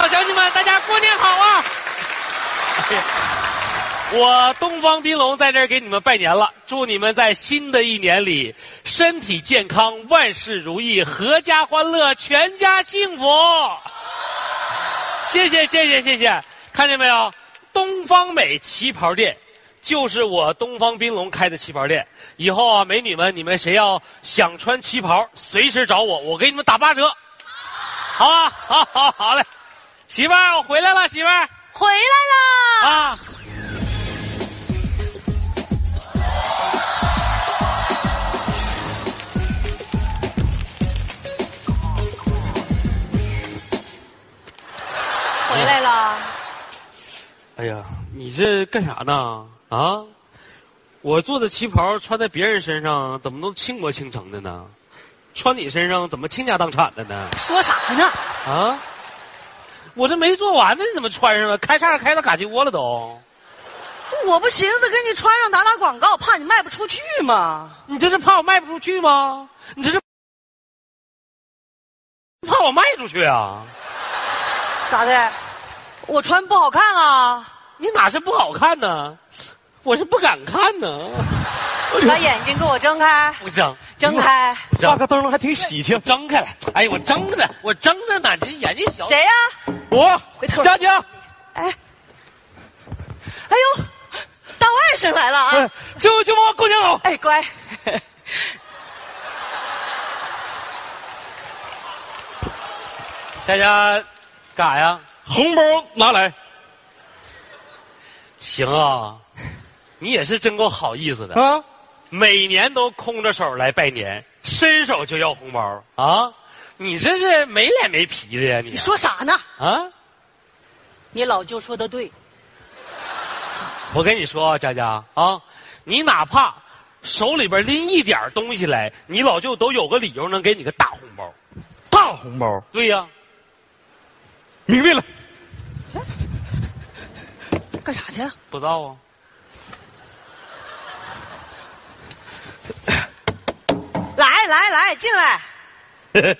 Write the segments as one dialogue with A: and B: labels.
A: 弟们，大家过年好啊！哎我东方斌龙在这儿给你们拜年了，祝你们在新的一年里身体健康，万事如意，阖家欢乐，全家幸福。谢谢谢谢谢谢，看见没有？东方美旗袍店，就是我东方斌龙开的旗袍店。以后啊，美女们，你们谁要想穿旗袍，随时找我，我给你们打八折，好吧？好好好嘞，媳妇儿，我回来了，媳妇儿
B: 回来啦！
A: 啊。
B: 啊回来啦！
A: 哎呀，你这干啥呢？啊，我做的旗袍穿在别人身上，怎么都倾国倾城的呢？穿你身上怎么倾家荡产的呢？
B: 说啥呢？
A: 啊，我这没做完呢，你怎么穿上了？开叉开到嘎鸡窝了都？
B: 我不寻思给你穿上打打广告，怕你卖不出去嘛。
A: 你这是怕我卖不出去吗？你这是怕我卖出去啊？
B: 咋的？我穿不好看啊？
A: 你哪是不好看呢？我是不敢看呢。
B: 把眼睛给我睁开，
A: 不张，
B: 睁开！
A: 不
C: 挂
A: 张，
C: 个灯笼还挺喜庆。
A: 睁开了！哎呀，我睁着，我睁着呢，你这眼睛小。
B: 谁呀、
C: 我
B: 回头
C: 佳宁，
B: 哎，哎呦，大外甥来了啊！
C: 哎，舅舅妈过年好。
B: 哎，乖，
A: 佳佳，干啥呀？
C: 红包拿来。
A: 行啊，你也是真够好意思的，
C: 啊，
A: 每年都空着手来拜年，伸手就要红包啊！你这是没脸没皮的呀你
B: 你说啥呢？
A: 啊！
B: 你老舅说的对，
A: 我跟你说啊，佳佳啊，你哪怕手里边拎一点东西来，你老舅都有个理由能给你个大红包。
C: 大红包，
A: 对呀、
C: 明白了。
B: 干啥去？
A: 不知道啊。
B: 来来来，进来！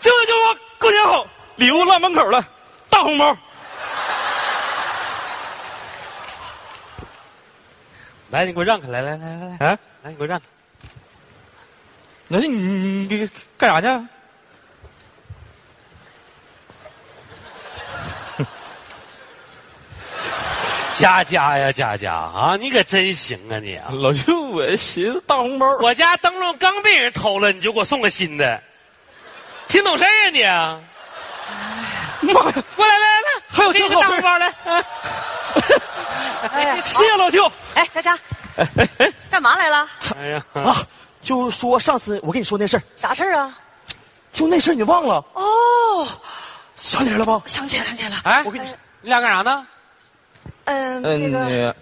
C: 舅舅妈过年好，礼物落门口了，大红包。
A: 来，你给我让开，来来来来来，
C: 哎，
A: 来你给我让开。
C: 那你你你干 啥去？
A: 佳佳呀，佳佳啊，你可真行啊你啊！
C: 老舅，我寻思大红包。
A: 我家灯笼刚被人偷了，你就给我送个新的，挺懂事儿啊你啊！
C: 妈呀！
A: 过来来来，
C: 还有
A: 给你个
C: 这好
A: 大
C: 事
A: 红包
C: 儿
A: 来， 啊
B: 哎呀，
C: 谢谢老舅。
B: 哎，佳佳，干嘛来了？
A: 哎呀，
C: 啊，就说上次我跟你说那事儿，
B: 啥事儿啊？
C: 就那事儿你忘了，
B: 哦，
C: 想起来了吧？
B: 想起来，想起来了。
A: 哎，
C: 我跟你说
A: 你俩干啥呢？
B: 嗯，那个，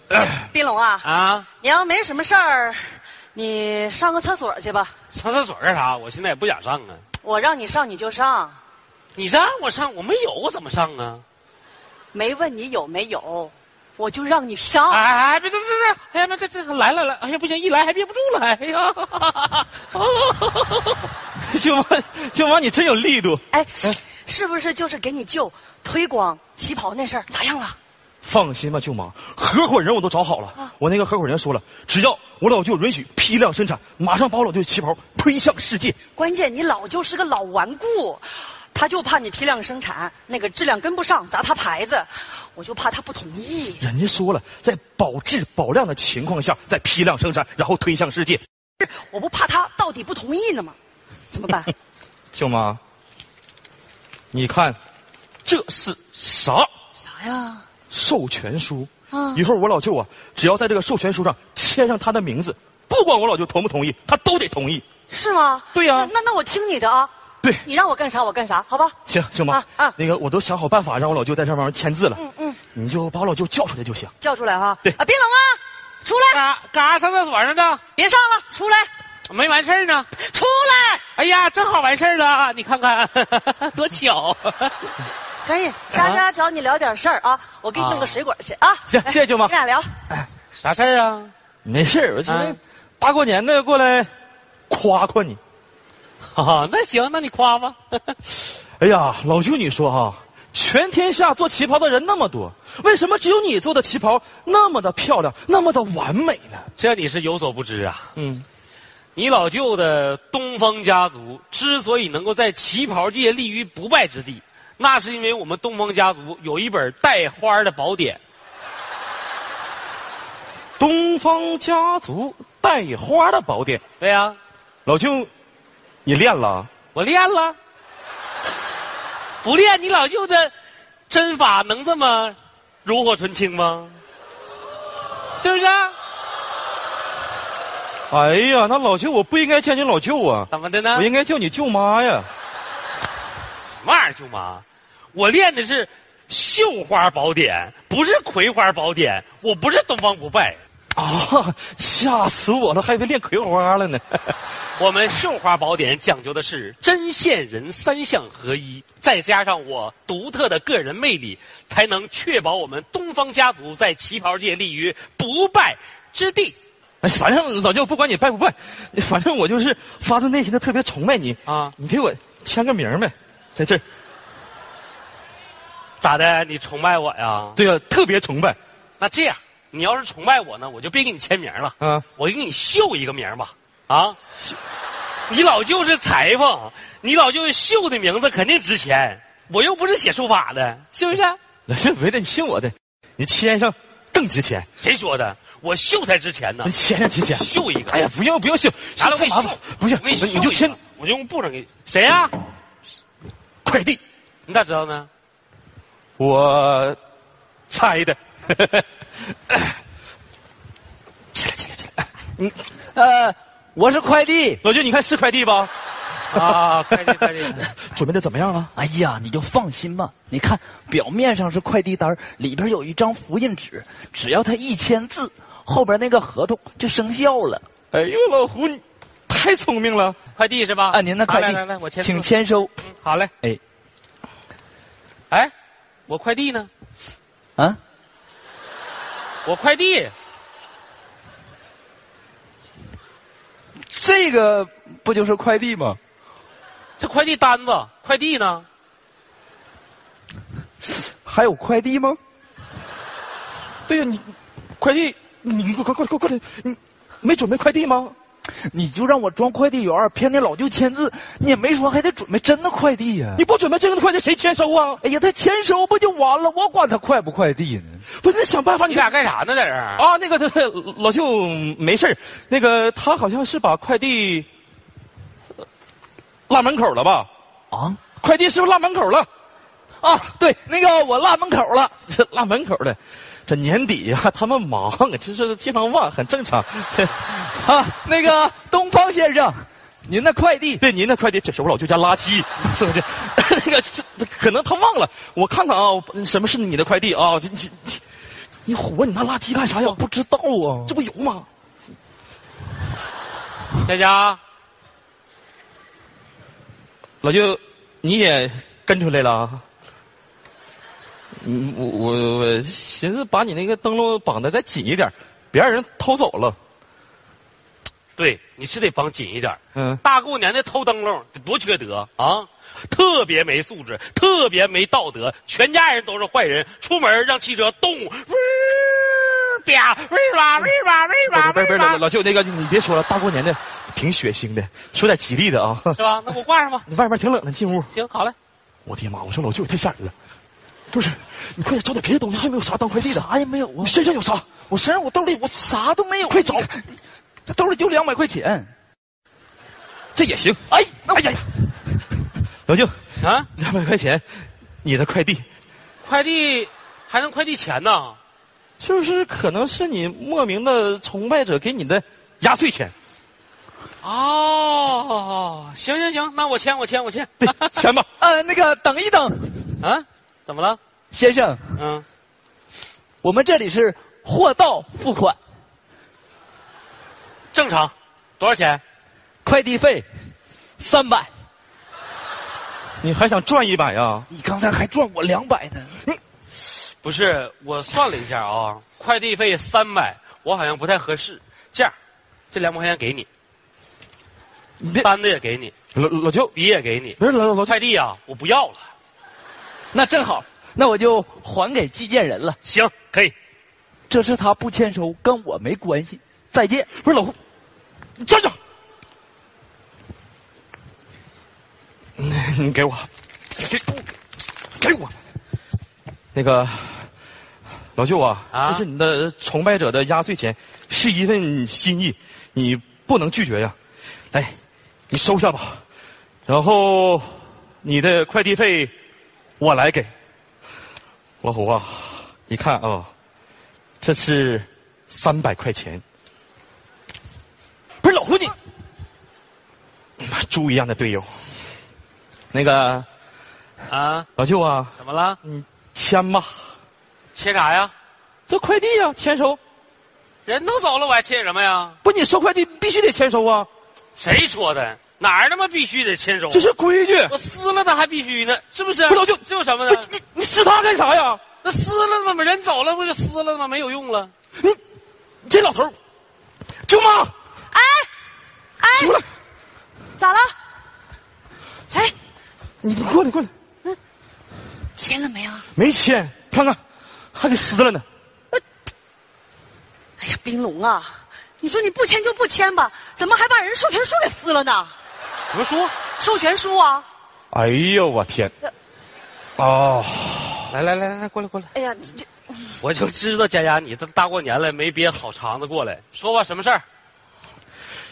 B: 斌龙啊，
A: 啊，
B: 你要没什么事儿，你上个厕所去吧。
A: 上厕所干啥？我现在也不想上啊。
B: 我让你上你就上，
A: 你让我上，我没有，我怎么上啊？
B: 没问你有没有，我就让你上。
A: 哎哎哎，别别别别！哎呀妈，这这来了来！哎呀，不行，一来还憋不住了！哎呀， 哦
C: 嗯舅妈，舅妈你真有力度，
B: 哎，是不是就是给你舅推广旗袍那事儿咋样了？
C: 放心吧，舅妈，合伙人我都找好
B: 啊
C: 了，我那个合伙人说了，只要我老舅允许批量生产，马上把我老舅的旗袍推向世界。
B: 关键你老舅是个老顽固，他就怕你批量生产那个质量跟不上砸他牌子，我就怕他不同意。
C: 人家说了，在保质保量的情况下，再批量生产，然后推向世界。
B: 我不怕他到底不同意呢吗？怎么办？
C: 舅妈，你看，这是啥
B: 啥呀？
C: 授权书？
B: 啊
C: 以后我老舅啊，只要在这个授权书上签上他的名字，不管我老舅同不同意，他都得同意。
B: 是吗？
C: 对呀
B: 那那那我听你的啊。
C: 对
B: 你让我干啥我干啥，好吧？
C: 行，舅妈，
B: 啊啊
C: 那个我都想好办法让我老舅在上面签字了。
B: 嗯嗯，
C: 你就把我老舅叫出来就行。
B: 叫出来哈、
C: 对
B: 啊，冰冷啊，出来，
A: 干干啥上厕所呢？这
B: 别上了，出来，
A: 没完事儿呢。
B: 出来，
A: 哎呀，正好完事儿了，你看看， 多巧！
B: 赶紧，佳佳找你聊点事儿啊，我给你弄个水果去啊。
C: 行谢谢舅妈
B: 你俩聊，
A: 啥事儿啊？
C: 没事儿我寻
A: 啊
C: 思大过年的过来夸夸你。
A: 哦哈哈，那行，那你夸吧。
C: 哎呀，老舅，你说哈、全天下做旗袍的人那么多，为什么只有你做的旗袍那么的漂亮，那么的完美呢？
A: 这你是有所不知啊。
C: 嗯，
A: 你老舅的东方家族之所以能够在旗袍界立于不败之地，那是因为我们东方家族有一本带花儿的宝典。
C: 东方家族带花的宝典，
A: 对呀、
C: 老舅，你练了啊？
A: 我练了，不练你老舅的针法能这么炉火纯青吗？是不是啊？
C: 哎呀，那老舅，我不应该叫你老舅啊，
A: 怎么的呢？
C: 我
A: 什
C: 应该叫你舅妈呀。
A: 么玩意儿，舅妈？我练的是绣花宝典，不是葵花宝典。我不是东方不败，
C: 啊，吓死我了，还以为练葵花 了呢。
A: 我们绣花宝典讲究的是针线人三项合一，再加上我独特的个人魅力，才能确保我们东方家族在旗袍界立于不败之地。
C: 哎，反正老舅不管你拜不拜，反正我就是发自内心的特别崇拜你
A: 啊
C: 你给我签个名呗，在这儿。
A: 咋的？你崇拜我呀？
C: 对呀、特别崇拜
A: 那这样，你要是崇拜我呢，我就别给你签名了，
C: 啊！
A: 我给你绣一个名吧。啊，你老舅是裁缝，你老舅绣的名字肯定值钱。我又不是写书法的，是不是？
C: 老舅，没的，你信我的，你签上更值钱，
A: 谁说的？我绣才值钱呢
C: 你。签上值钱。
A: 绣一个
C: 哎呀，不用不用绣，
A: 完了，我给你
C: 干
A: 绣
C: 嘛吧，不是，
A: 我给你
C: 你
A: 绣，
C: 就签，
A: 我就用布上给你。谁呀、
C: 快递，
A: 你咋知道呢？
C: 我猜的。 起来起来起来！
D: 呃，我是快递。
C: 老舅，你看是快递吧？
A: 啊，快递快递，
C: 准备的怎么样啊了？
D: 哎呀，你就放心吧。你看，表面上是快递单儿，里边有一张复印纸，只要他一签字，后边那个合同就生效了。
C: 哎呦，老胡，你太聪明了。
A: 快递是吧？
D: 按您的快递，
A: 啊来来来，我签字。
D: 请签收。
A: 好嘞。
D: 哎，
A: 哎，我快递呢？
D: 啊，
A: 我快递。
D: 这个不就是快递吗？
A: 这快递单子，快递呢？
D: 还有快递吗？
C: 对呀，你快递，你快快快快快点，你没准备快递吗？
D: 你就让我装快递员儿，偏得老舅签字，你也没说还得准备真的快递呀、
C: 你不准备这个快递，谁签收啊？
D: 哎呀，他签收不就完了？我管他快不快递呢？
C: 不是，那想办法你
A: 你俩干啥呢？在这儿啊？
C: 啊，那个他老舅没事儿那个他好像是把快递呃落门口了吧？
D: 啊
C: 快递是不是落门口了？
D: 啊，对，那个我落门口了。
C: 这 落门口了，这年底呀、他们忙啊，这是经常忘，很正常。对，
D: 啊，那个东方先生，您的快递
C: 对您的快递这是我老舅家垃圾，是不是？ 那个这这可能他忘了，我看看啊，我什么是你的快递啊？这这这，你火你那垃圾干啥呀？
D: 不知道啊，
C: 这不油吗？
A: 佳佳，
C: 老舅，你也跟出来了啊？嗯，我我我寻思把你那个灯笼绑的再紧一点，别让人偷走了。
A: 对，你是得绑紧一点。
C: 嗯，
A: 大过年的偷灯笼，多缺德啊！特别没素质，特别没道德，全家人都是坏人。出门让汽车动，呜啪，喂吧喂吧喂吧
C: 不是不
A: 喂
C: 是老
A: 吧，
C: 老舅那个你别说了，大过年的挺血腥的，说点吉利的啊。
A: 是吧？那我挂上吧。
C: 你外边挺冷的，进屋。
A: 行，好嘞。
C: 我的妈！我说老舅也太吓人了。不是，你快点找点别的东西，还有没有啥当快递的？
D: 啥也没有啊
C: 你，身上有啥？
D: 我身上我兜里我啥都没有，快找，兜里就两百块钱。
C: 这也行。
D: 哎，哎呀呀，
C: 老舅，
A: 啊，
C: 两百块钱，你的快递，
A: 快递还能快递钱呢？
C: 就是可能是你莫名的崇拜者给你的压岁钱。
A: 哦，行行行，那我签我签我签。
C: 对，钱吧。
D: 呃，那个等一等，
A: 啊，怎么了？
D: 先生，
A: 嗯，
D: 我们这里是货到付款，
A: 正常，多少钱？
D: 快递费三百。
C: 你还想赚一百啊呀？
D: 你刚才还赚我两百呢，
A: 不是，我算了一下啊，快递费三百，我好像不太合适。这样，这两百块钱给你，
C: 你别
A: 单子也给你，
C: 老老舅，
A: 笔也给你，
C: 不是老老舅，
A: 快递呀、啊我不要了。
D: 那正好，那我就还给寄件人了。
A: 行，可以。
D: 这是他不签收，跟我没关系。再见。
C: 不是老胡，你站着，你你嗯给我，给给我，那个老舅啊，
A: 啊
C: 这是你的崇拜者的压岁钱，是一份心意，你不能拒绝呀。来，你收下吧，然后你的快递费我来给。老胡啊，你看啊，这是三百块钱。
D: 不是老胡你，
C: 猪一样的队友。那个
A: 啊，
C: 老舅啊，
A: 怎么了？
C: 签吧，
A: 切啥呀？
C: 这快递呀、签收，
A: 人都走了，我还切什么呀？
C: 不你收快递必须得签收啊，
A: 谁说的？哪儿他妈必须得签收？啊
C: 这是规矩。
A: 我撕了它还必须呢，是不是？
C: 不是老舅
A: 这有什么
C: 不
A: 呢
C: 是？你你撕他干啥呀？
A: 那撕了吗？人走了不就撕了吗？没有用了。
C: 你这老头儿，舅妈
B: 哎，哎，
C: 出来，
B: 咋了？哎，
C: 你过来过来，
B: 签了没有？啊
C: 没签，看看还给撕了呢。
B: 哎呀，冰龙啊，你说你不签就不签吧，怎么还把人授权书给撕了呢？
A: 怎么说？
B: 授权书啊！
C: 哎呦我天！哦，
A: 来来来来来，过来过来。
B: 哎呀，这这
A: 我就知道佳佳你这大过年了没憋好肠子过来，说吧，什么事儿？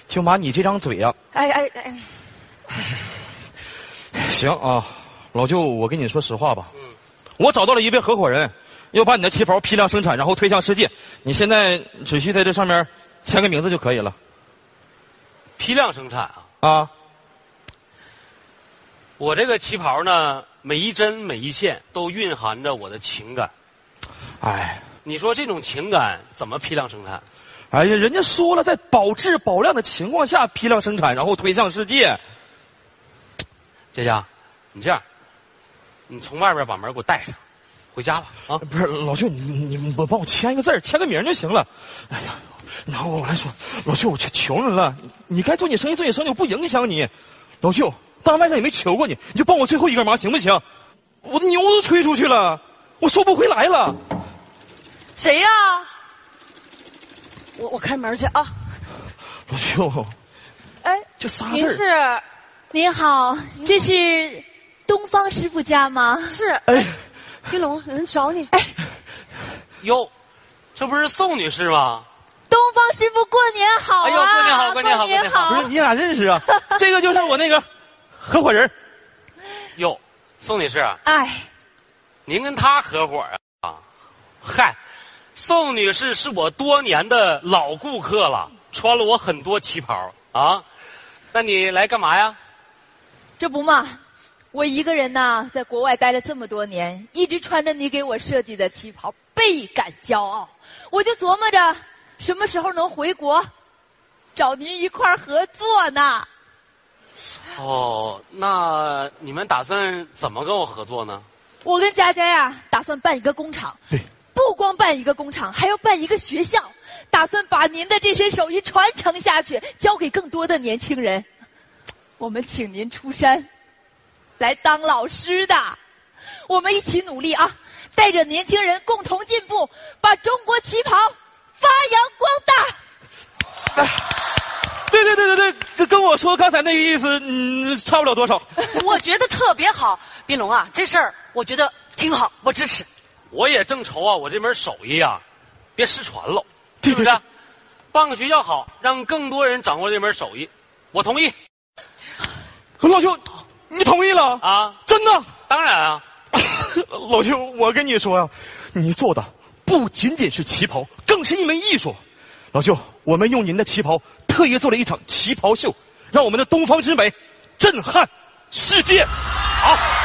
C: 舅妈你这张嘴啊呀、
B: 哎哎哎，
C: 行啊，老舅，我跟你说实话吧，我找到了一位合伙人，要把你的旗袍批量生产，然后推向世界。你现在只需在这上面签个名字就可以了
A: 批量生产啊！
C: 啊。
A: 我这个旗袍呢，每一针每一线都蕴含着我的情感。
C: 哎，
A: 你说这种情感怎么批量生产？
C: 哎呀，人家说了，在保质保量的情况下批量生产，然后推向世界。
A: 佳佳，你这样，你从外边把门给我带上，回家吧啊！
C: 不是老舅，你你你我帮我签个字儿签个名就行了。哎呀，然后我来说，老舅，我求求你了，你该做你生意做你生意，我不影响你。老舅，大麦上也没求过你，你就帮我最后一个忙行不行？我牛都吹出去了，我收不回来了。
B: 谁呀、我我开门去啊！
C: 老舅，
E: 哎，
C: 就仨
B: 您
C: 字儿。
B: 是
E: 您好，这是东方师傅家吗？
B: 是
C: 哎，
B: 冰龙，有人找你。
A: 哟，这不是宋女士吗？
E: 东方师傅过年好啊！
A: 哎呦过年好过年好
E: 过年
C: 不
E: 好
C: 是你俩认识啊？这个就是我那个合伙人儿。
A: 哟，宋女士啊，
E: 哎，
A: 您跟他合伙啊？嗨，宋女士是我多年的老顾客了，穿了我很多旗袍啊。那你来干嘛呀？
E: 这不嘛，我一个人呐，在国外待了这么多年，一直穿着你给我设计的旗袍，倍感骄傲。我就琢磨着什么时候能回国，找您一块儿合作呢。
A: 哦，那你们打算怎么跟我合作呢？
E: 我跟佳佳呀、打算办一个工厂，
C: 对
E: 不光办一个工厂，还要办一个学校，打算把您的这身手艺传承下去，教给更多的年轻人。我们请您出山，来当老师的，我们一起努力啊！带着年轻人共同进步，把中国旗袍发扬光大。
C: 对对对对对，跟跟我说刚才那个意思，嗯，差不了多少。
B: 我觉得特别好，冰龙啊，这事儿我觉得挺好，我支持。
A: 我也正愁啊，我这门手艺啊，别失传喽，
C: 对
A: 是不
C: 对
A: 是？办个学校好，让更多人掌握这门手艺，我同意
C: 老舅，你同意了？
A: 啊！
C: 真的？
A: 当然啊，
C: 老舅，我跟你说呀、你做的不仅仅是旗袍，更是一门艺术。老舅，我们用您的旗袍特意做了一场旗袍秀，让我们的东方之美震撼世界。好。